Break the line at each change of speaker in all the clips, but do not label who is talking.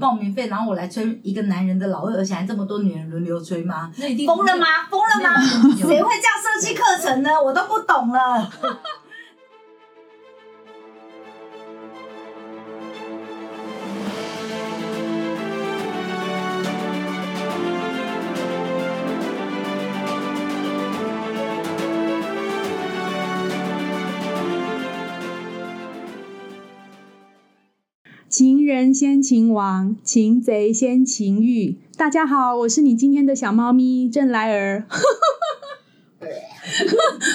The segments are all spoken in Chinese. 报名费，然后我来追一个男人的老二，而且还这么多女人轮流追吗？
那一定
疯了？吗？疯了吗？谁会这样设计课程呢？我都不懂了。
情人先情王，擒贼先擒欲。大家好，我是你今天的小猫咪郑莱儿。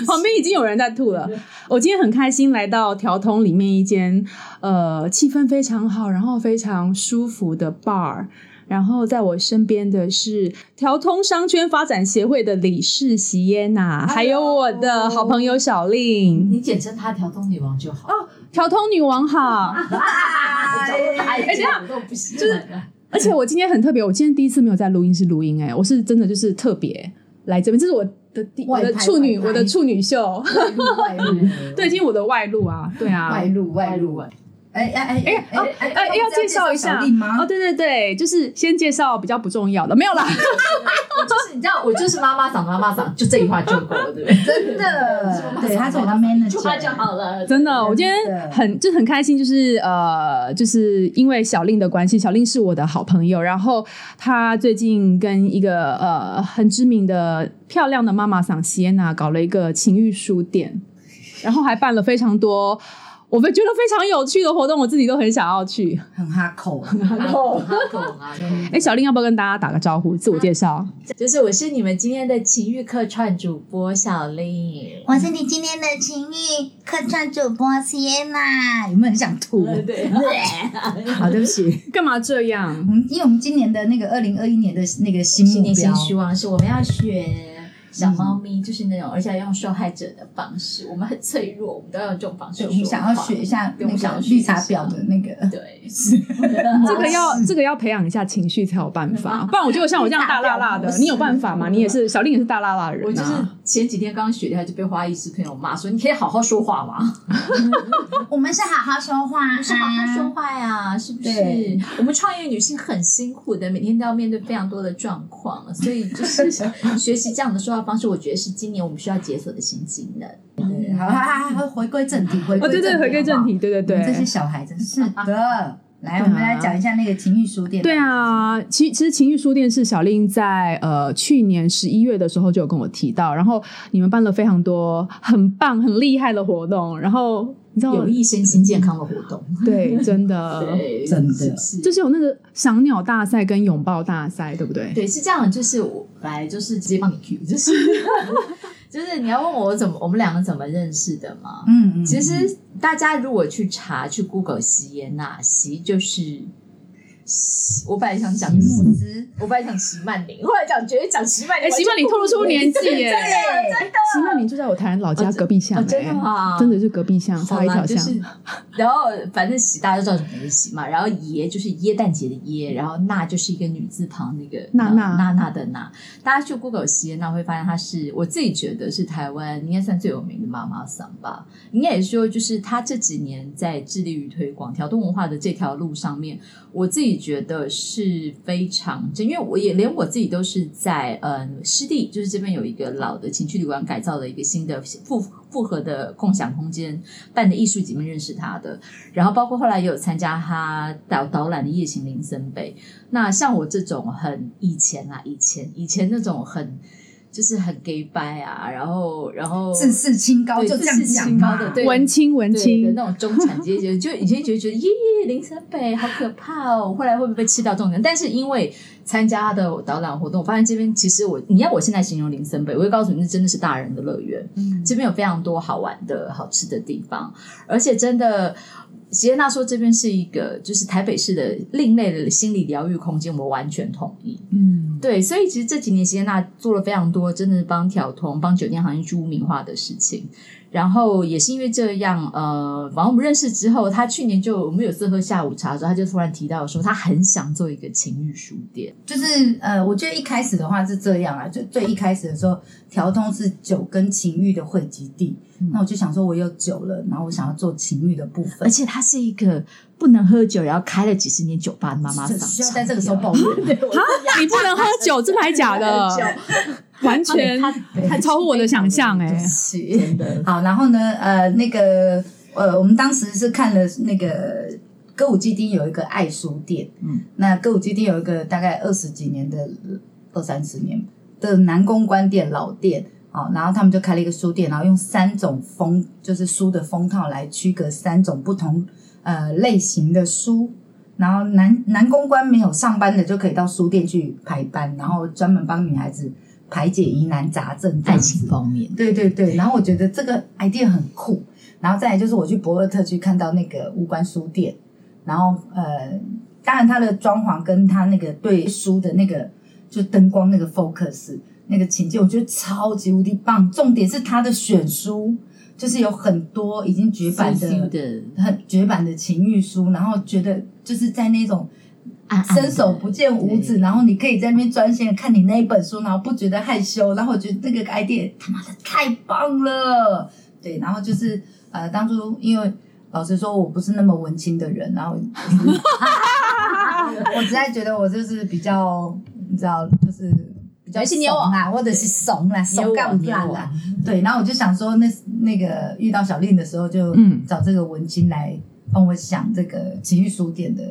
旁边已经有人在吐了。我今天很开心来到条通里面一间呃气氛非常好，然后非常舒服的 bar。然后在我身边的是条通商圈发展协会的理事席耶娜，还有我的好朋友小令。
你简称她调通女王就好。哦，
条通女王好。
哎，这样都不行，就是
而且我今天很特别，我今天第一次没有在录音室录音、哎，我是真的就是特别来这边，这是我的第我
外拍
的处女，
外拍
我的处女秀，
外露，
对，今天我的外露啊，对啊，
外露，外露。
露
哎哎哎哎
哦
哎
哎，要介绍一下
小丽吗
哦，？对对对，就是先介绍比较不重要的，没有啦，
我就是你知道，我就是妈妈嗓，妈妈嗓，就这一话就够了，对不 对？
真的，对，他是我的 manager，
一句话就好了。
真的，我今天很就很开心，就是呃，就是因为小令的关系，小令是我的好朋友，然后她最近跟一个呃很知名的漂亮的妈妈桑西安娜搞了一个情欲书店， 然后还办了非常多。我们觉得非常有趣的活动，我自己都很想要去。
很哈口。
哈口哈口啊！
哎，小令要不要跟大家打个招呼，自我介绍？
就是我是你们今天的情欲客串主播小令。
我是你今天的情欲客串主播 Sienna，有没有很想吐？
对，
好，对不起，
干嘛这 样
我？们因为我们今年的那个二零二一年的那个新
新
目
年新
标，
希望是我们要学小猫咪，就是那种而且要用受害者的方式，我们很脆弱，我们都要用这种方式
对，
说
我
话。
们想要学一下
对
那
我们想
个
要学
绿
一下
茶婊的那个
对，
这个要这个要培养一下情绪才有办法，不然我觉得像我这样大辣辣的，你有办法吗？你也是小令也是大辣辣的人、啊，
我就是前几天刚学的，就被花艺师朋友骂说：“你可以好好说话吗？
我们是好好说话，
啊不是好好说话呀，是不是
嗯对？
我们创业女性很辛苦的，每天都要面对非常多的状况，所以就是 学习这样的说话方式，我觉得是今年我们需要解锁的新技能。
哎
对好，好，好，回归正题，回
哦，
归
对对，回归正，题，对对
好不好我们
嗯
这些
对。
小孩真是的。来，我们来讲一下那个情欲书店。
对，啊，其其实情欲书店是小令在呃去年十一月的时候就有跟我提到，然后你们办了非常多很棒很厉害的活动，然后你知
哦
道
有益身心健康的活动，
对，真的
对，
嗯真的
是不是
就是有那个赏鸟大赛跟拥抱大赛，对不对？
对，是这样，就是我本来就是直接帮你 Q，就是 就是你要问我怎么我们两个怎么认识的吗？
嗯嗯，
其实大家如果去查去 Google 席耶纳，席就是席，我本来想讲，
募资，
我本来想席曼玲，后来讲觉得讲席曼玲
哎，
完全不符合，
席曼玲透露出年纪耶，
对，
席曼玲就在我台南老家
哦真
隔壁巷
啊哦
哎，
真的吗
真的是隔壁巷，
好
差一
啦，
条
就
巷。
是，然后反正喜大家都知道什么是喜嘛，然后耶就是耶诞节的耶，然后娜就是一个女字旁那个
娜娜
娜娜娜的娜。大家去 Google 喜耶娜会发现她是我自己觉得是台湾应该算最有名的妈妈桑吧，应该也说就是她这几年在致力于推广条东文化的这条路上面，我自己觉得是非常正，因为我也连我自己都是在嗯湿地，就是这边有一个老的情趣旅馆改造了一个新的复复合的共享空间，办的艺术节目认识他的，然后包括后来也有参加他导导览的夜行林森北。那像我这种很以前啊，以前以前那种很就是很 gay 掰啊，然后然后
自视清高
对
就这样
自视
讲
清
嘛
高的对
文青文
对的
青，
那种中产阶级，就以前觉得觉得耶林森北好可怕哦，后来会不会被吃掉重点？但是因为参加他的导览活动，我发现这边其实我你要我现在形容林森北，我会告诉你，这真的是大人的乐园。
嗯
这边有非常多好玩的好吃的地方，而且真的，席耶娜说这边是一个就是台北市的另类的心理疗愈空间，我完全同意。
嗯，
对，所以其实这几年席耶娜做了非常多，真的是帮调通、帮酒店行业去污名化的事情。然后也是因为这样，呃，反正我们认识之后，他去年就我们有次喝下午茶的时候，他就突然提到说，他很想做一个情欲书店。
就是呃，我觉得一开始的话是这样啊，就最一开始的时候，调通是酒跟情欲的汇集地。那我就想说，我有酒了，然后我想要做情欲的部分
而，且他是一个不能喝酒，然后开了几十年酒吧的妈妈
就
桑，
需要在这个时 候抱怨。对，我
你不能喝酒，真的还假的？完 全
他
还超乎我的想象哎、
起。
真的
好，然后呢，呃，那个呃，我们当时是看了那个歌舞伎町有一个爱书店，
嗯，
那歌舞伎町有一个大概二十几年的呃二三十年的南公关店老店。好，然后他们就开了一个书店，然后用三种封，就是书的封套来区隔三种不同呃类型的书。然后男男公关没有上班的就可以到书店去排班，然后专门帮女孩子排解疑难杂症这
爱
样子。
情方面，
对对对，然后我觉得这个 idea 很酷，然后再来就是我去博尔特去看到那个无关书店，然后呃，当然它的装潢跟它那个对书的那个就灯光那个 focus 那个情境，我觉得超级无敌棒。重点是它的选书，就是有很多已经绝版
羞羞
的、
的
很绝版的情欲书，然后觉得就是在那种
暗暗的
伸手不见五指，然后你可以在那边专心的看你那一本书，然后不觉得害羞，然后我觉得那个 idea 他妈的太棒了，对，然后就是呃，当初因为老实说我不是那么文青的人，然后 我实在觉得我就是比较，你知道，就是比较
还是你有啊
怂啦，或者是怂啦，
你有啊
怂干
我
不
你有
烂
我
啦，对，然后我就想说那，那个遇到小令的时候，就
嗯
找这个文青来帮我想这个情欲书店的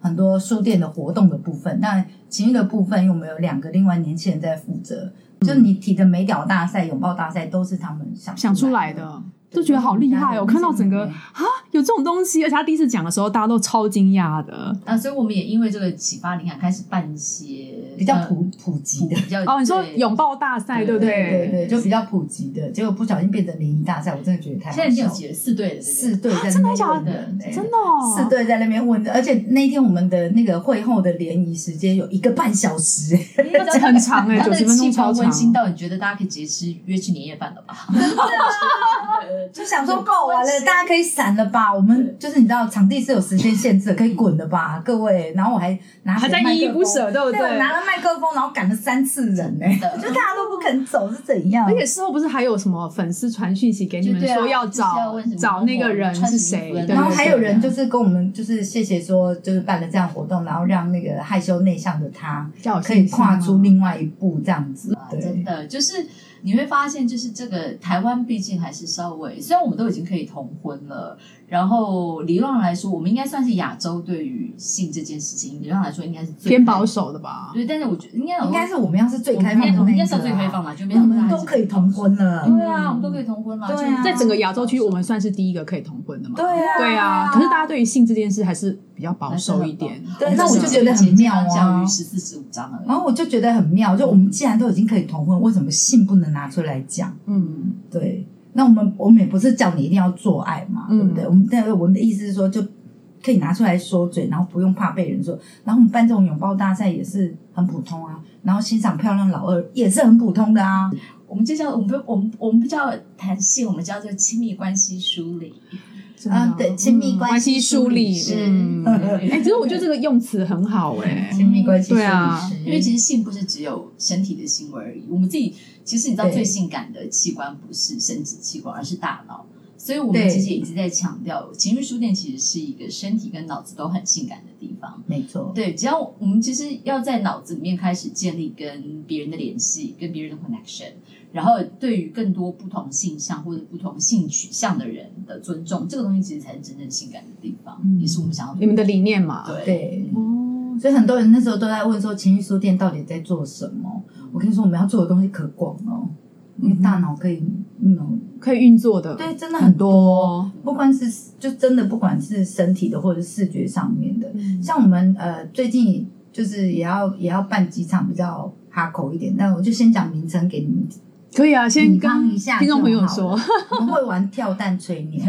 很多书店的活动的部分。当然，情欲的部分，因为我们有两个另外年轻人在负责。
嗯
就你提的美屌大赛、拥抱大赛，都是他们想
想出来
的。
的，都觉得好厉害哦！我看到整个
对
啊，有这种东西，而且他第一次讲的时候，大家都超惊讶的。
啊，所以我们也因为这个启发灵感，开始办一些
比较
呃
普普及的，
比较
哦，你说
对
拥抱大赛，对不
对对，
对？
就比较普及的。结果不小心变成联谊大赛，我真的觉得太好
现在已经有
笑了
几个四对了，对不对
四队在
真的
那边
假
问
的
人欸
真的哦
四队在那边问的，而且那天我们的那个会后的联谊时间有一个半小时，
很长欸
他那个
90分钟
气氛
超长
温馨到你觉得大家可以直接吃约去年夜饭了吧？ 啊
就想说够完了，大家可以散了吧。我们就是你知道，场地是有时间限制的，可以滚了吧，各位。然后我还拿
还在
麦克
依依不
风
舍对不
对，
对
我拿了麦克风，然后赶了三次人呢、
的
就大家都不肯走是怎样？
而且事后不是还有什么粉丝传讯息给你们
就对啊
说要
就是要
找
问什么
找那个人是
穿什么衣
谁
服的？
对
然后还有人就
对
是跟我们就是谢谢说，就是办了这样活动，然后让那个害羞内向的他
对叫我
可以
信心吗
跨出另外一步这样子。
真
对，
的就是你会发现，就是这个台湾毕竟还是稍微，虽然我们都已经可以同婚了，然后理论上来说，我们应该算是亚洲对于性这件事情，理论上来说应该是最
偏保。守的吧？
对，但是我觉得应该有
应该是我们要是最开放的
我
那
们应
一
该
个、
算
啊，
最开放嘛，就没
我
想到
们
还
都
是
可以同婚了。
对啊，我们都可以同婚啦。
对啊
就是
在整个亚洲区，我们算是第一个可以同婚的嘛？
对啊
对啊。可是大家对于性这件事还是比较保守一点。
对啊
还是很
那我就
保守
觉得很妙啊哦
教育十四十五章而已。
然后我就觉得很妙，就我们既然都已经可以同婚，为什么性不能拿出来讲？
嗯，
对，那我们我们也不是叫你一定要做爱嘛，
嗯
对不对？我们但我们的意思是说，就可以拿出来说嘴，然后不用怕被人说。然后我们办这种拥抱大赛也是很普通啊，然后欣赏漂亮老二也是很普通的啊。
我们就叫我们不我们我们不叫谈性，我们叫做亲密关系梳理。
真的
啊对亲密
嗯
关系
梳理
梳理
嗯，
是
哎，其实我觉得这个用词很好哎。
亲密关系
对啊
是不是
因为其实性不是只有身体的行为而已，我们自己其实你知道
对
最性感的器官不是生殖器官，而是大脑。所以我们
对
其实也一直在强调，情绪书店其实是一个身体跟脑子都很性感的地方。
没错，
对，只要我们其实要在脑子里面开始建立跟别人的联系，跟别人的 connection，然后对于更多不同性向或者不同性取向的人的尊重，这个东西其实才是真正性感的地方，
嗯
也是我们想要
你们的理念嘛？
对
啊对
哦，
所以很多人那时候都在问说，情绪书店到底在做什么？我跟你说，我们要做的东西可广哦，因为大脑可以，嗯，
可以运作的，
对，真的
很
很多。
多。
不管是就真的不管是身体的或者是视觉上面的，
嗯
像我们呃最近就是也要也要办几场比较哈口一点，那我就先讲名称给你们，
可以啊，先
你帮
跟
一下
听众朋友
就好
说
了，我们会玩跳蛋吹牛，
真的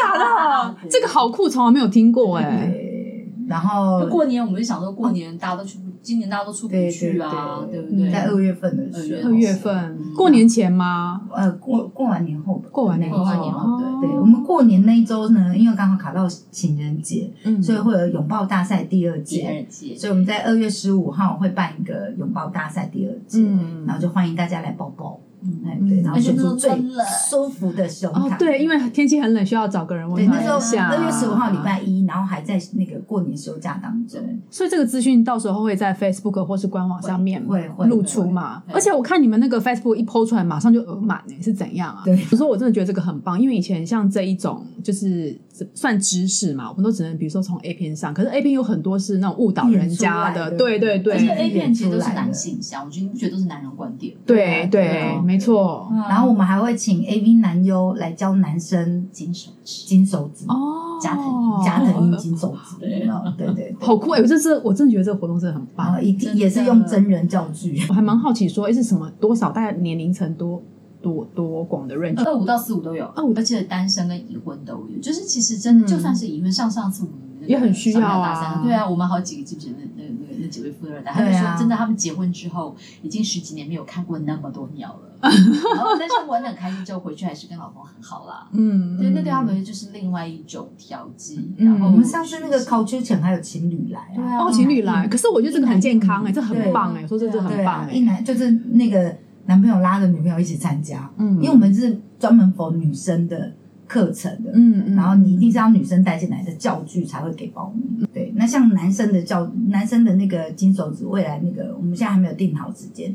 假的？这个好酷，从来没有听过哎。
对，然后
就过年我们就想说过年大家都去不，今年大家都出不
对
去啊，
对嗯
不对？
在二月份的时候，
二月份过年前吗？
呃，过过完年后吧，
过完年
后
过完年后，
哦
对对，我们过年那一周呢，因为刚好卡到情人节，
嗯，
所以会有拥抱大赛第二
第
届，
二届，
所以我们在二月十五号会办一个拥抱大赛第二届，
嗯
然后就欢迎大家来抱抱，
嗯
哎对，
嗯
然后选出
而且那时
最
候真冷
舒服的胸
哦
膛，，
对，因为天气很冷，需要找个人
对
温
那
暖
时候
一下。
二月十五号礼，拜一，然后还在那个过年休假当中，
所以这个资讯到时候会在 Facebook 或是官网上面
会会
露出嘛？
会
而且我看你们那个 Facebook 一 PO 出来，马上就额满诶，是怎样啊？
对
我说我真的觉得这个很棒，因为以前像这一种就是算知识嘛，我们都只能比如说从 A 片上，可是 A 片有很多是那种误导人家
演出来
的，
的
对对
而且
对
A 片其实都
出
是
来的
男性向，我觉得你不觉得都是男人观点？
对对
对，
没错。
嗯
然后我们还会请 AV 男优来教男生
金手指，
金手指，
哦，
加藤加藤鹰金手指，有没有对对对。
好酷欸诶，我这是我真的觉得这个活动真的很嗯棒
然。后一定
真的
也是用真人教具，
我还蛮好奇说，诶是什么多少大概年龄层多多多广的 range？
二五到四五都有，
25
而且单身跟已婚都有，就是其实真的
嗯
就算是已婚，上上次我们那个
也很需要啊
上面大三对啊，我们好几个记不记得那那那那几位富二代，他们
对啊
说真的，他们结婚之后已经十几年没有看过那么多鸟 了，然后但是玩的很开心，之后回去还是跟老公很好啦。
嗯，
对，那对他们就是另外一种调剂。
嗯
然后
我们上次那个考秋前还有情侣来
对
啊，
啊，
哦，情侣来，可是我觉得这个很健康哎、这很棒哎、
对
说真的
对啊
很
对
棒
啊
哎、，
一男就是那个男朋友拉着女朋友一起参加，
嗯，
因为我们是专门否女生的课程的，
嗯嗯，
然后你一定是要女生带进来的教具才会给报名。对，那像男生的教男生的那个金手指，未来那个我们现在还没有定好时间，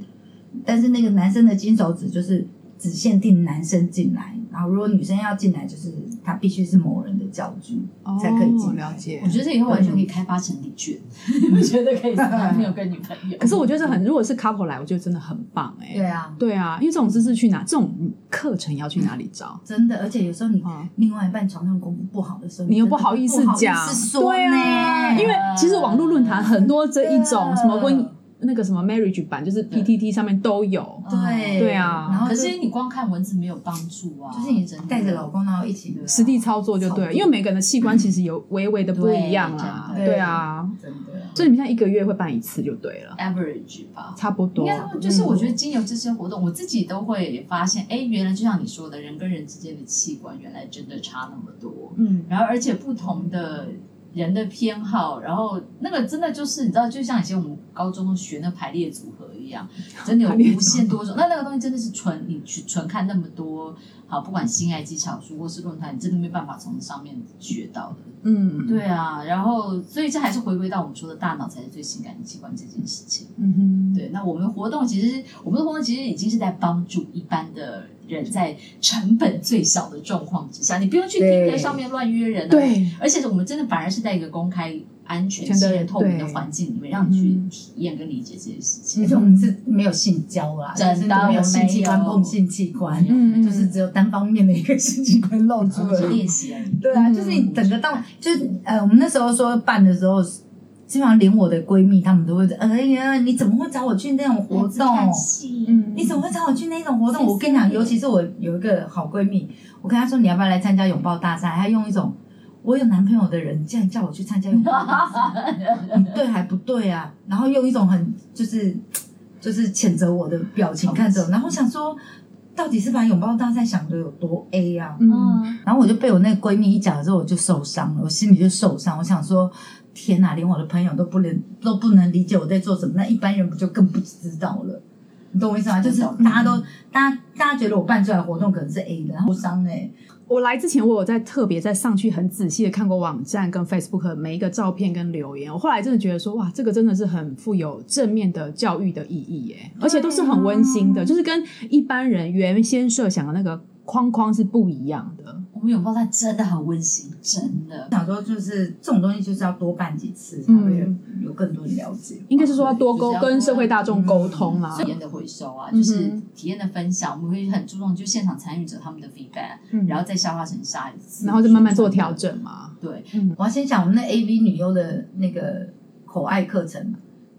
但是那个男生的金手指就是只限定男生进来，然后如果女生要进来，就是他必须是某人的教具
哦
才可以进来。
了解
我。觉得这以后完全可以开发成礼券， 我觉得可以送男朋友跟女朋友。
可是我觉得这很，如果是 couple 来，我觉得真的很棒哎、
对啊，
对啊，因为这种知识去哪，这种课程要去哪里找？
真的，而且有时候你
嗯
另外一半床上功夫不好的时候，
你
哦
又
真的
不好意思讲
不好意思，说
对啊，
呢
因为其实网络论坛很多这一种
对啊
什么婚那个什么 marriage 版，就是 PTT 上面都有。
嗯对
对啊
然后
可
就是
你光看文字没有帮助啊，
就是你
真的
带着老公然后一起
对啊
实地操作就对了，因为每个人的器官其实有微微的不一样啊，
对真的
对啊，
真的
所以你们现在一个月会办一次就对了，
average 吧。
差不多嗯
应。该说就是我觉得经由这些活动，我自己都会发现，哎，原来就像你说的，人跟人之间的器官原来真的差那么多。
嗯，
然后而且不同的人的偏好，然后那个真的就是你知道，就像以前我们高中学那排列组合一 样，真的
排列
有
组
无限多种。那那个东西真的是纯你去纯看那么多，好，不管性爱技巧书或是论坛，你真的没办法从上面学到的。
嗯，
对啊，然后所以这还是回归到我们说的大脑才是最性感的器官这件事情。
嗯哼，
对，那我们的活动其实，我们的活动其实已经是在帮助一般的人，在成本最小的状况之下，你不用去听着
对
上面乱约人、啊，，
对，
而且我们真的反而是在一个公开、安全、
真的
信任、透明的
对嗯
环境里面，让你去体验跟理解这些事情。
而且我们是没有性交啦，
真的
就是都没有性器官
我没有
碰性器官，
嗯嗯
就是只有单方面的一个性器官露出
只是
而已。
练习而已。
对啊，
嗯
就是你整个到，就是呃，我们那时候说办的时候，基本上连我的闺蜜她们都会说，哎呀，你怎么会找我去那种活动
看？戏，
嗯
你怎么会找我去那种活动？
谢谢
我跟你讲，尤其是我有一个好闺蜜，我跟她说你要不要来参加拥抱大赛，她用一种我有男朋友的人竟然叫我去参加拥抱大 赛，你对还不对啊？然后用一种很就是就是谴责我的表情看着我，然后我想说，到底是把拥抱大赛想的有多 A 啊？
嗯，
然后我就被我那个闺蜜一讲之后，我就受伤了，我心里就受伤。我想说，天哪，连我的朋友都不能都不能理解我在做什么，那一般人不就更不知道了？你懂我意思吗？就是大
嗯
家都大家大家觉得我办出来的活动可能是 A 的，然后受伤欸嘞、
我来之前，我有在特别在上去很仔细的看过网站跟 Facebook 的每一个照片跟留言。我后来真的觉得说，哇，这个真的是很富有正面的教育的意义耶，而且都是很温馨
嗯
的，就是跟一般人原先设想的那个框框是不一样的。
我们拥抱它真的很温馨，真的
我。想说，就是这种东西就是要多办几次，才会有,、
嗯
有更多人了解。
应该是说要多沟
就是要
跟社会大众沟通啦
嗯
体。验的回收啊，就是
嗯哼
体验的分享，我们会很注重就现场参与者他们的 feedback，
嗯
然后再消化成下一次，
然后就慢慢做调。整嘛。
对，
我要先讲我们那 AV 女优的那个口爱课程，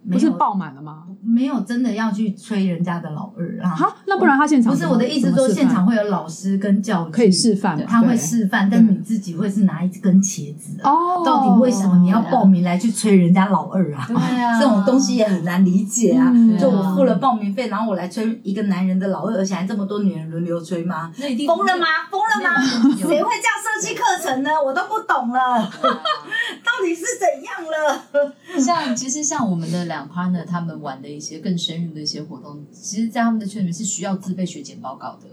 不
没
是
有
爆满了吗？
没有真的要去吹人家的老二啦。
哈，那不然他现场
啊不是我的意思，说
怎么示
现
范
场会有老师跟教具
可以示范嘛，
他会
对
示范，
对
但你自己会是拿一根茄子啊？
哦，
到底为什么你要报名来去吹人家老二啊？
对啊
这种东西也很难理解啊！
嗯
就我付了报名费，然后我来吹一个男人的老二，而且还这么多女人轮流吹吗？
那一定
疯了吗？？疯了吗？谁会这样设计课程呢？我都不懂了，到底是怎样了？
像其实像我们的两 partner 他们玩的一些更深入的一些活动，其实，在他们的圈里面是需要自备血检报告的。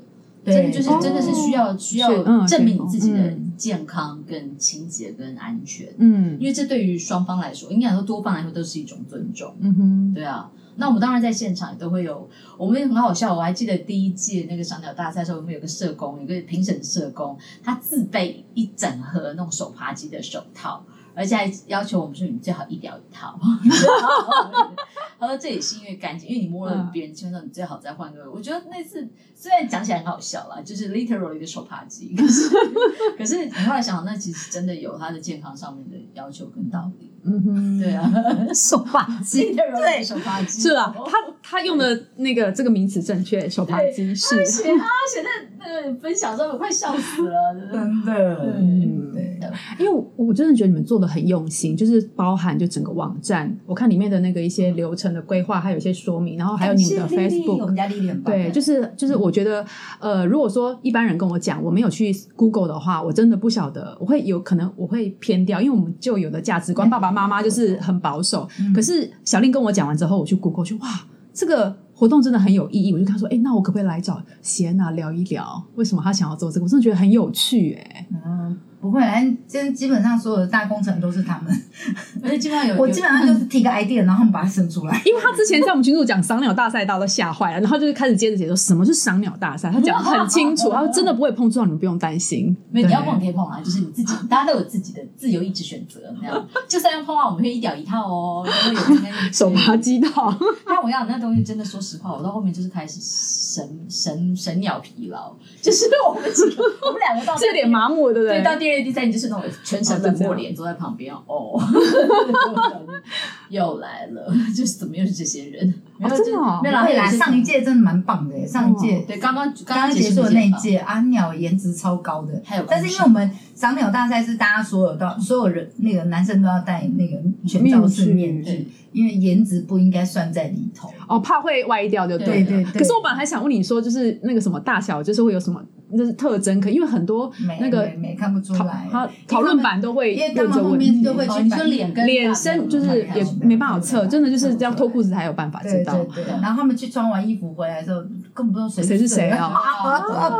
真的就是
哦
真的是需要需要
嗯
证明
血
你自己的
嗯
健康、跟清洁、跟安全，
嗯
因为这对于双方来说，应该说多方来说都是一种尊重。
嗯哼，
对啊，那我们当然在现场也都会有，我们也很好笑。我还记得第一届那个赏鸟大赛的时候，我们有个社工，有个评审社工，他自备一整盒那种手扒鸡的手套，而且还要求我们说你最好一条一套。 他说这也是因为干净，因为你摸
嗯
了别人，基本上你最好再换个。我觉得那次虽然讲起来很好笑啦，就是 literally 的手扒鸡，可是可是你后来想想，那其实真的有它的健康上面的要求跟道理。
嗯哼，
对 啊。
手把鸡。
对，手扒鸡哦
是啦，他他用的那个这个名词正确，手扒鸡是，
写他写在啊那个分享上，我快笑死了。
真的，
嗯，
对，
因为我我真的觉得你们做的很用心，就是包含就整个网站，我看里面的那个一些流程的规划，还有一些说明，然后还有你们的
感谢莉莉我
Facebook，
们家丽丽很棒，
对，就是
嗯
就是，我觉得，呃，如果说一般人跟我讲我没有去 Google 的话，我真的不晓得，我会有可能我会偏掉，因为我们旧有的价值观，
对
爸爸妈妈就是很保守。
嗯
可是小令跟我讲完之后，我去 Google 去，哇，这个活动真的很有意义。我就跟他说，哎，那我可不可以来找谢娜聊一聊，为什么她想要做这个？我真的觉得很有趣、哎，
嗯，不会啦，基基本上所有的大工程都是他们，
而且基本上有
我基本上就是提个 idea，然后他们把它生出来。
因为他之前在我们群组讲赏鸟大赛，大家都吓坏了，然后就是开始接着解说什么是赏鸟大赛，他讲的很 清楚，他说真的不会碰撞，你们不用担心。
没有你要碰可以碰啊，就是你自己，大家都有自己的自由意志选择。那样，就算要碰啊，我们会一屌一套哦，然后有那个
手扒。鸡套。
但我要那东西真的，说实话，我到后面就是开始神神神鸟疲劳，就是我们几个，我们两个到
这有点麻木，对不
哦对，
对？
到第二、第三，你就是那种全程冷过脸坐在旁边，哦，又来了，就是怎么又是这些人？没有
真的哦
就没有啦
会啦，
就是
上一届真的蛮棒的耶，上一届
对刚刚
刚
刚
刚结
束
束
的
的那一
吧，
届，阿鸟颜值超高的，
还有
但是因为我们赏鸟大赛是大家所有到所有人那个男生都要戴那个全罩式面
面
具
具，
因为颜值不应该算在里头。
哦，怕会歪掉就
对
对
对对
了。
对。
可是我本来还想问你说，就是那个什么大小，就是会有什么就是特征？可因为很多
没
那个
没没看不出
讨
来，
讨讨论版都会
因为他
问
们
这
后
问
面就
题，
会
哦
去
你说
反
脸跟
脸
大
生
腿
就是
看
也
起来
没办哦法测，真的就是要脱裤子才有办法
对
知道
对对。然后他们去穿完衣服回来的时候，根本不知道谁
谁是谁
哦
啊。
啊。
啊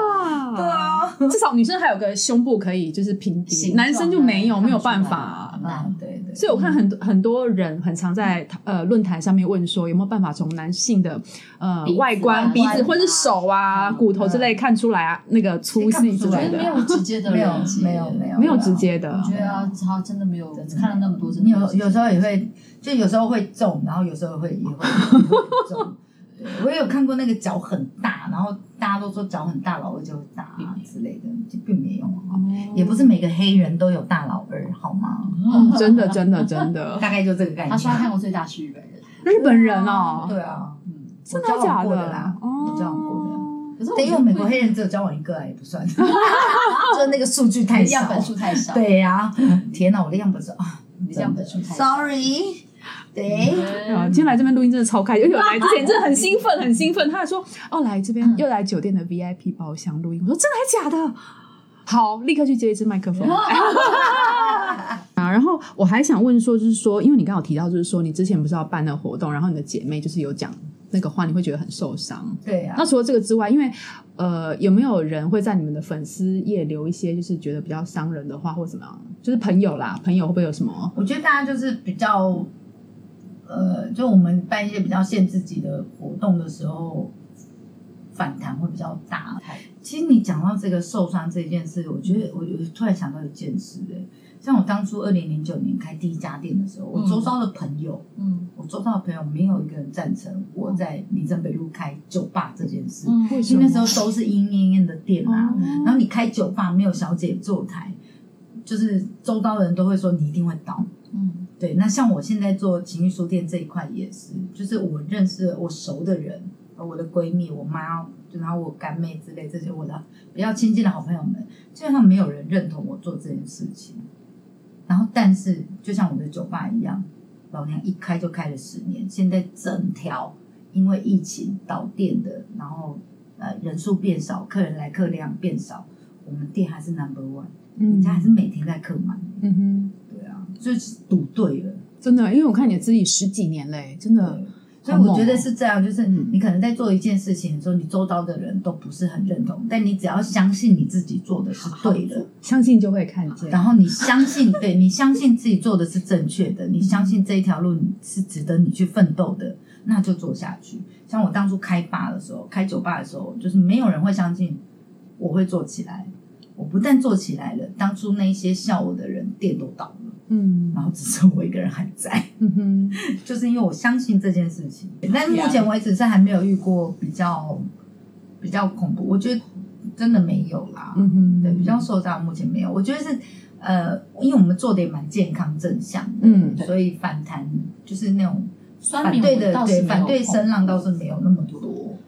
对
啊，
啊，
至少女生还有个胸部可以就是平
形
底，
状啊
男生就没有
看不
没有
出来
办法啊。
啊对对。
所以我看很多很多人很常在呃论坛上面问说，有没有办法从男性的呃
鼻子啊
外观、鼻
外
子
观
或是手啊、
嗯
骨头之类看出来啊那个粗细之
我
类
觉得没，
的
嗯
有直接的
没有
连接
没有没有
没有直。接的
我。觉得啊，他真的没有
真的
看了那么多，真
你
的
有
没直接
有时候也会，就有时候会中，然后有时候会也会也会不中。对我也有看过那个脚很大，然后大家都说脚很大，老二就很大啊之类的，就并没有啊，也不是每个黑人都有大老二，好吗？
嗯真的真的 真的，
大概就这个概
他
念。
说他看过最大是日本人，
日本人哦，
对啊，
嗯，
真
我
的
交往
假
过
的
的啦
哦
我交往过的。
可是我
对，因
觉得
为美国黑人只有交往一个啊，也不算， 就是那个数据太
你的样
少。
本数太少，，
对呀、天哪，我的样本数啊，
你的样本数太少。
Sorry，
对，
对啊，今天来这边录音真的超开心，因为我来之前真的很兴奋，很兴奋。他还说：“ 哦，来这
嗯
边又来酒店的 VIP 包厢录音。”我说：“真的还假的？”好，立刻去接一支麦 克风。
哎
啊，然后我还想问说，就是说，因为你刚好提到，就是说你之前不是要办那个活动，然后你的姐妹就是有讲那个话，你会觉得很受伤。
对啊呀、
那除了这个之外，因为呃，有没有人会在你们的粉丝页留一些就是觉得比较伤人的话，或怎么样？就是朋友啦，朋友会不会有什么？
我觉得大家就是比较，呃，就我们办一些比较限制级的活动的时候，反弹会比较大。其实你讲到这个受伤这件事，我觉得我我突然想到一件事、欸，像我当初二零零九年开第一家店的时候，我周遭的朋友，
嗯
我周遭的朋友没有一个人赞成我在民生北路开酒吧这件事，
嗯，
为什
因
么
为那时候都是阴阴阴的店啊，然
哦
后你开酒吧没有小姐坐台，就是周遭的人都会说你一定会倒。
嗯
对，那像我现在做情欲书店这一块也是，就是我认识我熟的人，呃我的闺蜜、我妈，然后我干妹之类这些我的比较亲近的好朋友们，基本上没有人认同我做这件事情。然后，但是就像我的酒吧一样，老娘一开就开了十年，现在整条因为疫情倒店的，然后呃人数变少，客人来客量变少，我们店还是 number one，人
嗯
家还是每天在客满，
嗯哼，
对啊，就是赌对了。
真的，因为我看你自己十几年嘞，真的，
所以
嗯好猛
我觉得
哦
是这样，就是
嗯
你可能在做一件事情的时候，你周遭的人都不是很认同，但你只要相信你自己做的是对的，
相信就会看见。
然后你相信，对你相信自己做的是正确的，你相信这一条路你是值得你去奋斗的，那就做下去。像我当初开吧的时候，开酒吧的时候，就是没有人会相信我会做起来。我不但做起来了，当初那些笑我的人店都倒了，
嗯
然后只剩我一个人还在。
嗯哼，
就是因为我相信这件事情，但
啊
目前为止是还没有遇过比较比较恐怖，我觉得真的没有啦。
嗯哼，
对，比较受伤，目前没有。我觉得是呃，因为我们做的也蛮健康正向的，
嗯
所以反弹就是那种
嗯酸
反
民
对
我们
的
倒
对
是没有
反对
碰
声浪倒是没有那么多。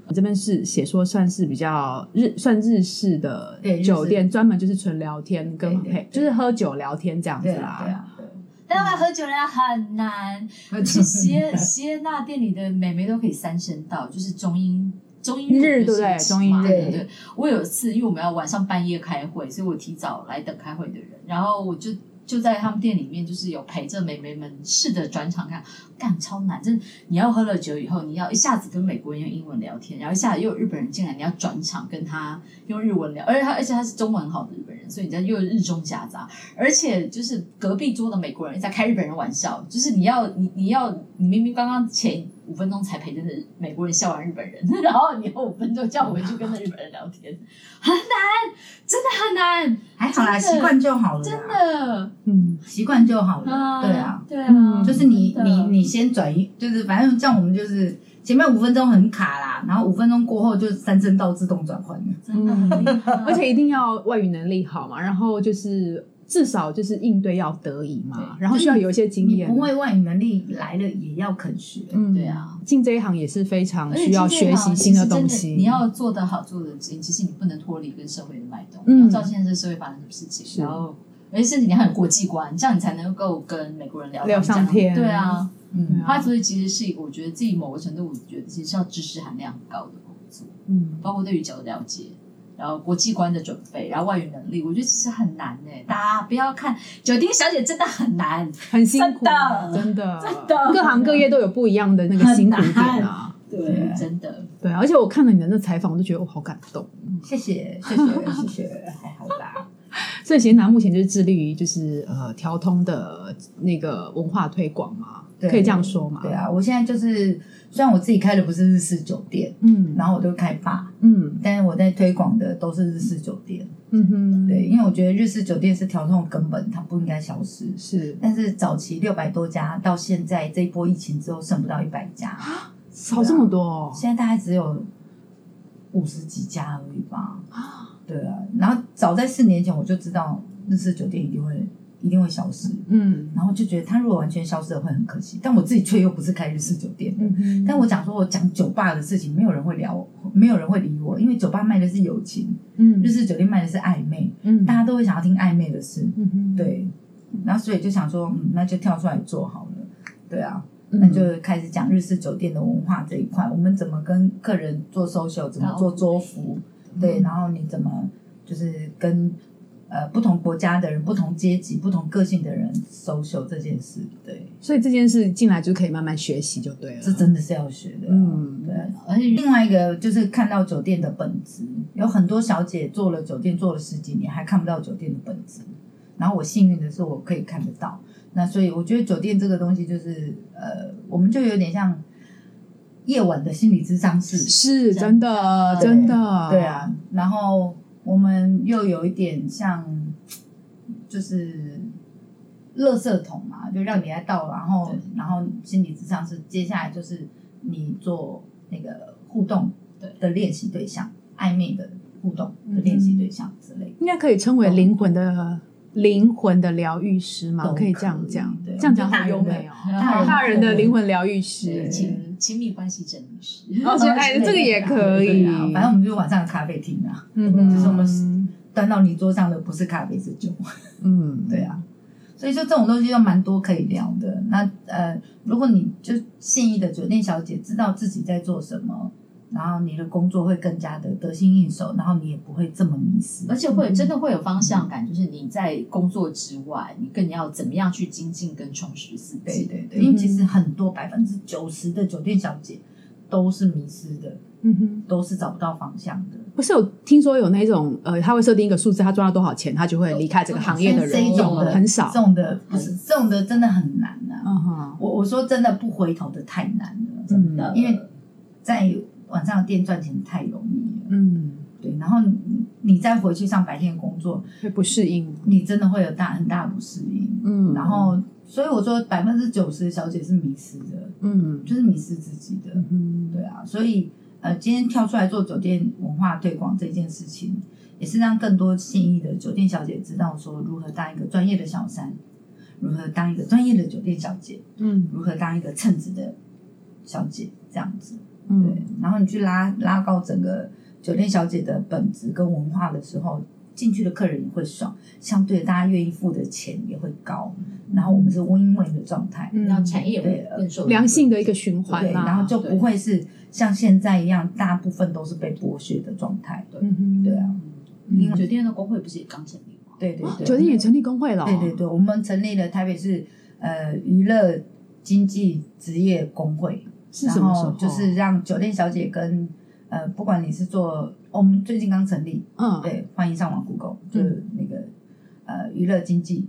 我这边是写说算是比较日算日式的
对日式
酒店，专门就是纯聊天跟
对对
陪，
对
就是喝酒聊天这样子
对
啦。
啊，对啊， 对
但他们喝酒量很难，
啊，
是席 耶席耶纳店里的美眉都可以三声道，就是中英中英
日
就是
对不对
一起
中英
嘛
日
对对对。我有一次，因为我们要晚上半夜开会，所以我提早来等开会的人，然后我就。就在他们店里面，就是有陪着美眉们试着转场看，干超难。真的，你要喝了酒以后，你要一下子跟美国人用英文聊天，然后一下子又有日本人进来，你要转场跟他用日文聊，而且他而且他是中文很好的日本人，所以你在又有日中夹杂，而且就是隔壁桌的美国人一直在开日本人玩笑，就是你要你你要你明明刚刚前五分钟才陪着美国人笑完日本人，然后你后五分钟叫我回去跟那日本人聊天，很难，真的很难，
还好啦，
真的
习惯就好了，
真，的，
嗯，
习惯就好了，
啊
对啊，，
对啊
嗯，
就是你
真的
你你先转移，就是反正像我们就是前面五分钟很卡啦，然后五分钟过后就三声道自动转换了。
真的很厉害，
而且一定要外语能力好嘛，然后就是至少就是应对要得宜嘛，
对
然后需要有一些经
你
验。
不会外语能力来了也要肯学，
嗯，
对 啊，
进这一行也是非常
而且
需要
今天
学
好
习
像
新
其实真
东西。
你要做得好，做得精，其实你不能脱离跟社会的脉动，
嗯
你要知道现在这社会发生什么事
是
情，然后而且甚至你还有国际观，这样你才能够跟美国人聊
聊
到这样
上天
对啊，
嗯，
他所以其实是我觉得自己某个程度，我觉得其实是要知识含量很高的工作，
嗯，
包括对于酒的了解。然后国际观的准备，然后外语能力，我觉得其实很难呢、大家不要看酒店小姐真的很难，
很辛苦，啊
真的
真的，
真的
各行各业都有不一样的那个辛苦点
很
啊。
对
嗯真的。
对，啊而且我看了你的那采访，我就觉得我好感动。
谢谢，谢谢，谢谢，还好 啦。
所以，贤达目前就是致力于就是呃调通的那个文化推广嘛，
对
可以这样说嘛？
对，啊，我现在就是，虽然我自己开的不是日式酒店，
嗯，
然后我都开吧，
嗯
但是我在推广的都是日式酒店。
嗯哼，
对，，因为我觉得日式酒店是调控的根本，它不应该消失。
是
但是啊早期六百多家，到现在这一波疫情之后，剩不到一百家，
少这么多、哦，
现在大概只有五十几家而已吧。对啊，然后早在四年前我就知道日式酒店一定会一定会消失。
嗯
然后就觉得它如果完全消失了会很可惜，但我自己却又不是开日式酒店的。
嗯哼，
但我讲说，我讲酒吧的事情，没有人会聊，没有人会理我，因为酒吧卖的是友情，
嗯
日式酒店卖的是暧昧，
嗯
大家都会想要听暧昧的事，
嗯哼，
对。然后所以就想说，嗯，那就跳出来做好了，对啊，
嗯，
那就开始讲日式酒店的文化这一块，我们怎么跟客人做 social，怎么做桌服，
嗯
对，然后你怎么就是跟呃不同国家的人、不同阶级、不同个性的人 social 这件事，对，
所以这件事进来就可以慢慢学习就对了，
这真的是要学的，啊
嗯
对。
而且
另外一个就是看到酒店的本质，有很多小姐做了酒店做了十几年，还看不到酒店的本质。然后我幸运的是，我可以看得到。那所以我觉得酒店这个东西就是，呃，我们就有点像夜晚的心理咨商室，
是真
真
的
的
真的，
对，啊。然后我们又有一点像，就是垃圾桶嘛，就让你来倒，然后
对
然后心理咨商是接下来就是你做那个互动
对
的练习
嗯
对象，暧昧的互动的练习对象之类的。
应该可以称为灵魂的灵魂的疗愈师嘛，
都
啊可以这样
可以
讲
对，
这样讲好优美哦。
大人的
大人的灵魂疗愈师
对，
亲亲密关系整理师，
哦，所以哎，
之类的
这个也可以
对啊，反正我们就是晚上的咖啡厅啊，
嗯哼，
就是我们端到你桌上的不是咖啡是酒，
嗯，
对啊。所以就这种东西就蛮多可以聊的。那呃，如果你就现役的酒店小姐知道自己在做什么，然后你的工作会更加的得心应手，然后你也不会这么迷失
而。且会真的会有方向感，就是你在工作之外，你更要怎么样去精进跟充实自
对
己。
对
嗯
对，因为其实很多百分之九十的酒店小姐都是迷失的，
嗯哼，
都是找不到方向的。
不是有听说有那种呃，他会设定一个数字，他赚到多少钱，他就会离开这个行业的
这
人，哦
一种的
很少
这。种的不是这种的真的很难啊。
嗯哼，
我我说真的不回头的太难了，
嗯
因为在晚上的店赚钱太容易了，
嗯，
对，然后你你再回去上白天工作，
会不适应。
你真的会有大很大的不适应，
嗯，
然后所以我说百分之九十的小姐是迷失的，
嗯
就是迷失自己的，
嗯
对啊，所以呃，今天跳出来做酒店文化推广这件事情，也是让更多现役的酒店小姐知道说如何当一个专业的小三，如何当一个专业的酒店小姐。
嗯
如何当一个称职的小姐这样子，对。
嗯
然后你去拉拉高整个酒店小姐的本质跟文化的时候，进去的客人也会爽，相对大家愿意付的钱也会高，然后我们是 win-win 的状态，
嗯，
然后产业会更受
良性的一个循
对，
环啦，
然后就不会是像现在一样，大部分都是被剥削的状态，
嗯哼，
对啊，
嗯
酒店的工会不是也刚成立吗？
对对对，
啊酒店也成立工会了哦，
对对对，我们成立了台北市呃娱乐经济职业工会，
是
然
什么时候
后就是让酒店小姐跟呃，不管你是做，我们最近刚成立，
嗯
对，欢迎上网 Google，就是那个、呃娱乐经济、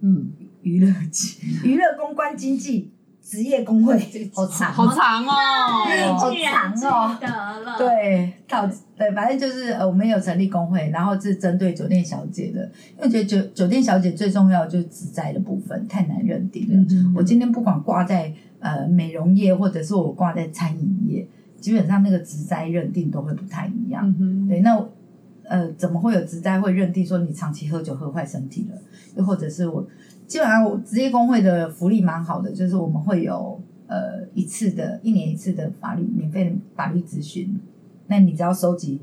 嗯，
娱乐经、娱乐公关经济职业工会，好长，
好长哦，
好长哦。
得了，
对，到对，反正就是呃，我们有成立工会，然后是针对酒店小姐的，因为我觉得酒酒店小姐最重要的就是职在的部分太难认定
嗯
了。我今天不管挂在呃美容业，或者是我挂在餐饮业，基本上那个职灾认定都会不太一样。
嗯哼，
对，那呃，怎么会有职灾会认定说你长期喝酒喝坏身体了？又或者是我基本上我职业工会的福利蛮好的，就是我们会有呃一次的一年一次的法律免费的法律咨询，那你只要收集。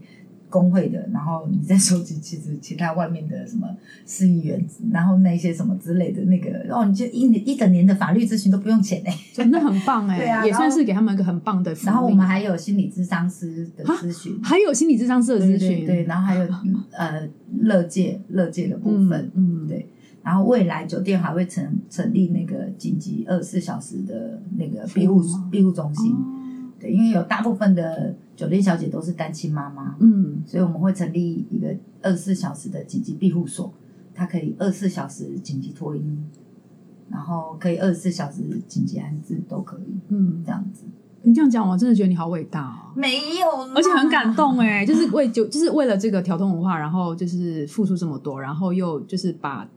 工会的，然后你再 收集其实其他外面的什么市议员，然后那些什么之类的那个，然后你就一年一整年的法律咨询都不用钱哎、
真的很棒
对啊
哎，也
然后
算是给他们一个很棒的福利。
然后我们还有心理咨商师的
啊
咨询，
还有心理智商师的
对
咨询，
对对，然后 还有呃乐界乐界的部
嗯
分，
嗯，
对然后未来酒店还会成成立那个紧急二十四小时的那个庇护
服务吗
庇护中心，
哦
对，因为有大部分的酒店小姐都是单亲妈妈，
嗯
所以我们会成立一个二十四小时的紧急庇护所，它可以二十四小时紧急托婴，然后可以二十四小时紧急安置都可以
嗯
这，样子，
你这样讲，我真的觉得你好伟大哦。
没有啦，
而且很感动哎、就是为就就是为了这个调通文化，然后就是付出这么多，然后又就是把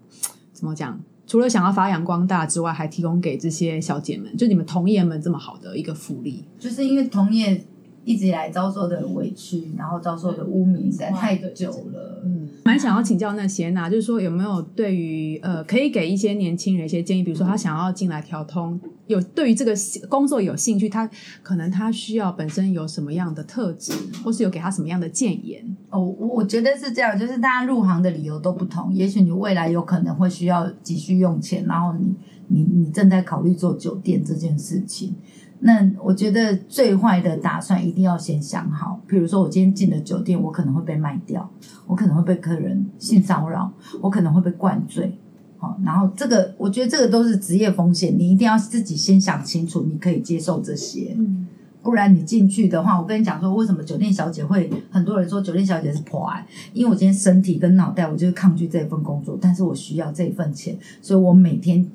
怎么讲，除了想要发扬光大之外，还提供给这些小姐们，就你们同业们这么好的一个福利，
就是因为同业一直以来遭受的委屈，然后遭受的污名实在太久了。
嗯，
蛮想要请教那些呢，就是说有没有对于呃，可以给一些年轻人一些建议，比如说他想要进来调通，有对于这个兴工作有兴趣，他可能他需要本身有什么样的特质，或是有给他什么样的建言，
哦，我我觉得是这样，就是大家入行的理由都不同，也许你未来有可能会需要急需用钱，然后你你你正在考虑做酒店这件事情。那我觉得最坏的打算一定要先想好，比如说我今天进了酒店，我可能会被卖掉，我可能会被客人性骚扰，我可能会被灌醉，好、然后这个我觉得这个都是职业风险，你一定要自己先想清楚，你可以接受这些，
嗯
不然你进去的话，我跟你讲说，为什么酒店小姐会很多人说酒店小姐是破癌？因为我今天身体跟脑袋，我就是抗拒这份工作，但是我需要这份钱，所以我每天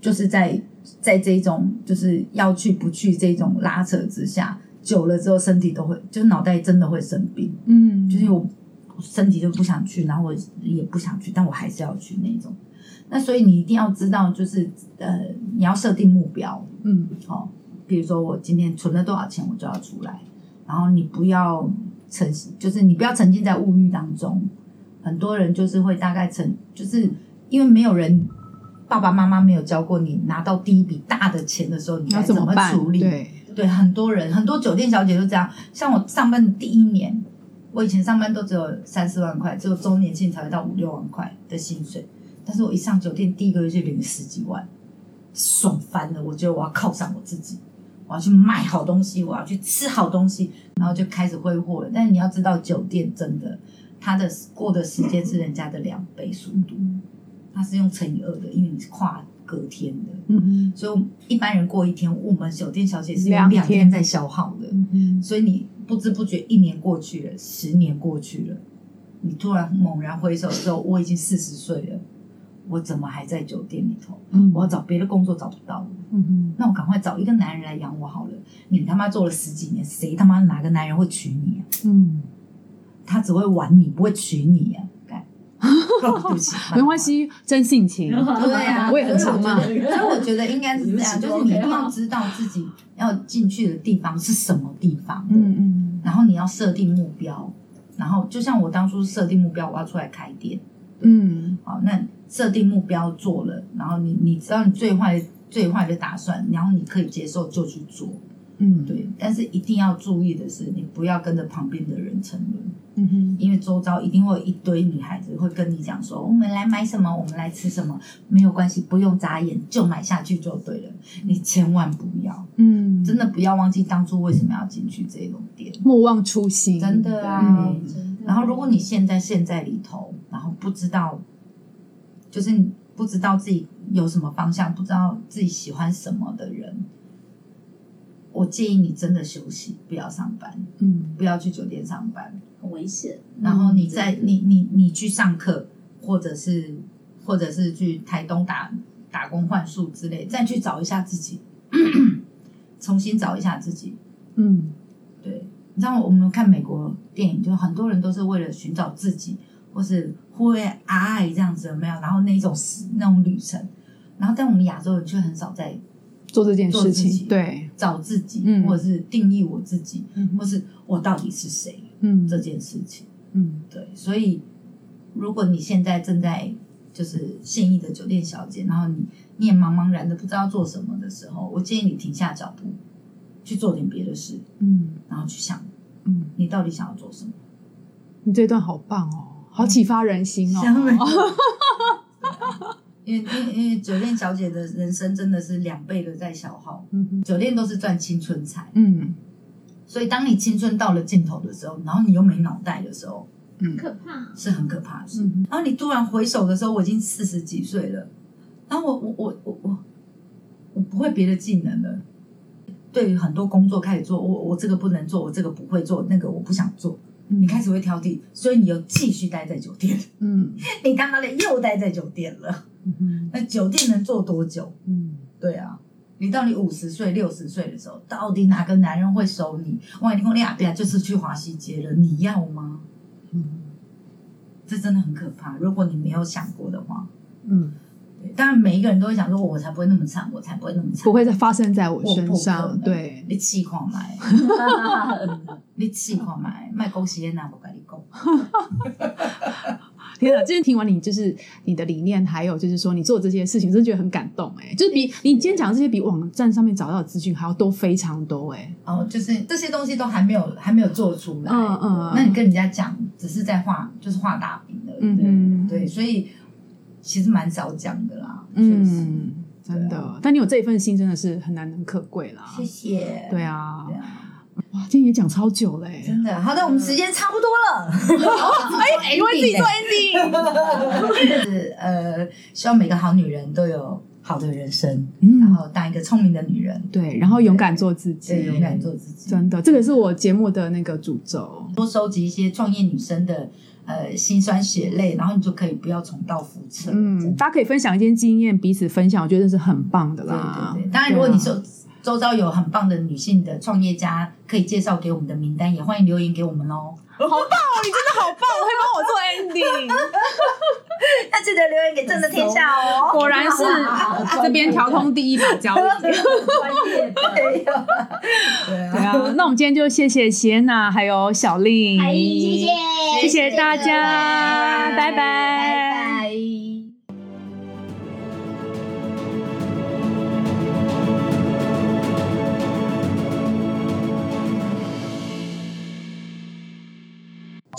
就是在在这种就是要去不去这种拉扯之下，久了之后身体都会，就是脑袋真的会生病，
嗯
就是我身体就不想去，然后我也不想去，但我还是要去那种。那所以你一定要知道，就是呃，你要设定目标，
嗯
哦，比如说我今天存了多少钱，我就要出来。然后你不要沉，就是你不要沉浸在物欲当中。很多人就是会大概沉，就是因为没有人爸爸妈妈没有教过你拿到第一笔大的钱的时候，你该
要怎么
么
办？
处理？
对，
对，很多人很多酒店小姐都这样。像我上班的第一年，我以前上班都只有三四万块，只有周年庆才会到五六万块的薪水。但是我一上酒店，第一个月就领十几万，爽翻了！我觉得我要犒赏我自己，我要去买好东西，我要去吃好东西，然后就开始挥霍了。但是你要知道，酒店真的，它的过的时间是人家的两倍速度，它是用乘以二的，因为你是跨隔天的。
嗯
所以一般人过一天，我们酒店小姐是
两
用
天
两天在消耗的。
嗯，
所以你不知不觉一年过去了，十年过去了，你突然猛然回首的时候，我已经四十岁了，我怎么还在酒店里头？
嗯
我要找别的工作找不到了，
嗯
那我赶快找一个男人来养我好了。你他妈做了十几年，谁他妈哪个男人会娶你啊？
嗯，
他只会玩你，不会娶你啊！干对 不起，
没关。系，真 性情。
对啊，
我也很常骂
所以我觉
啊
得所以我觉得应该是这样，
你们是
就是你一定
OK
要
吗
知道自己要进去的地方是什么地方。
嗯嗯
然后你要设定目标，然后就像我当初设定目标，我要出来开店，
嗯
好，那设定目标做了，然后你你知道你最坏最坏的打算，然后你可以接受就去做，
嗯，
对，但是一定要注意的是，你不要跟着旁边的人沉沦，
嗯哼，
因为周遭一定会有一堆女孩子会跟你讲说，我们来买什么，我们来吃什么，没有关系，不用眨眼就买下去就对了，你千万不要，
嗯，
真的不要忘记当初为什么要进去这种店。
莫忘初心，
嗯真的啊。
嗯
然后如果你现在陷在里头，然后不知道，就是你不知道自己有什么方向，不知道自己喜欢什么的人，我建议你真的休息，不要上班，
嗯
不要去酒店上班。
很危险，嗯
然后你在你你你去上课，或者是或者是去台东打打工换宿之类，再去找一下自己， 重新找一下自己。
嗯
对，你知道我们看美国电影，就很多人都是为了寻找自己，或是 Who am I 这样子有没有？然后那一种那种旅程，然后但我们亚洲人却很少在
做这件
做
事
自己
情，对，
找自己，
嗯
或者是定义我自己，
嗯
或是我到底是谁
嗯
这件事情。
嗯
对，所以如果你现在正在就是现役的酒店小姐，然后你你也茫茫然的不知道做什么的时候，我建议你停下脚步，去做点别的事，
嗯
然后去想
嗯，
你到底想要做什么。
你这段好棒哦，好启发人心哦，
香味。啊因为因为因为酒店小姐的人生真的是两倍的在消耗，
嗯哼
酒店都是赚青春财，
嗯
所以当你青春到了尽头的时候，然后你又没脑袋的时候，
嗯
可 怕。
是很可怕的事。
嗯
然后你突然回首的时候，我已经四十几岁了，然后我我我我我我不会别的技能了，对于很多工作开始做，我我这个不能做，我这个不会做，那个我不想做，
嗯
你开始会挑剔，所以你又继续待在酒店，
嗯
你他妈的又待在酒店了。
嗯哼
那酒店能做多久？
嗯
对啊，你到你五十岁、六十岁的时候，到底哪个男人会收你？哇，你跟你阿伯就是去华西街了，你要吗？
嗯
这真的很可怕。如果你没有想过的话，
嗯，
对，当然每一个人都会想说，我才不会那么惨，我才不会那么惨，
不会再发生在我
我不
身
可
上，
能
对，
你气狂买， 你气狂买，卖恭喜那我跟你讲，
天 哪！今天听完你就是你的理念，还有就是说你做这些事情，真的觉得很感动哎、就是比你今天讲的这些比网站上面找到的资讯还要多非常多哎、
哦，就是这些东西都还没有还没有做出来，
嗯嗯
那你跟人家讲，只是在画，就是画大饼而已，
嗯哼
对，所以其实蛮少讲的啦，确实，啊
嗯，真的。但你有这一份心，真的是很难能可贵啦。
谢谢，
对啊
对，啊，
哇，今天也讲超久嘞、
真的，好的，我们时间差不多了，
哎因为自己做 ending，
就是呃，希望每个好女人都有好的人生，然
嗯，
后当一个聪明的女人，
对，然后勇敢做自己，
对，勇敢做自己，
真的，这个是我节目的那个主轴。
多收集一些创业女生的呃辛酸血泪，然后你就可以不要重蹈覆辙，
嗯，大家可以分享一些经验，彼此分享，我觉得是很棒的
对
啦。
对对，当然，如果你
对啊
周周遭有很棒的女性的创业家，可以介绍给我们的名单，也欢迎留言给我们哦。
好棒，我会帮我做 ending。
那记得留言给朕的天下哦。
果然是啊这边调通第一把交椅。
专业的，
对
对啊，那我们今天就谢谢谢娜还有小令，
哎谢谢，
谢谢大家，
拜
拜
拜拜。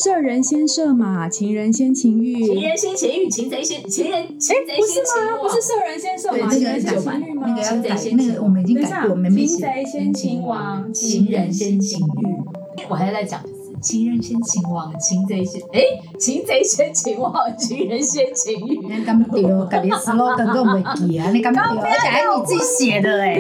射人先射马，情人先情欲。
情人先情欲，情贼先情人，情贼
哎不是
先情
吗？
网。
不是射人先射
对，
马，
这
情
个
人
改
先
版
情欲，吗？
那个要
情贼
改
先，
那
情
个我们已经
等一
改
下
过，我们没
擒
写。
贼先擒王，
情人先情欲。哎我还在讲一次，情人先情网，情贼先哎，情贼先情网，情人先情欲。
你哦敢丢，家己 slogan 都没记啊！你敢丢，而且还你自己写的哎、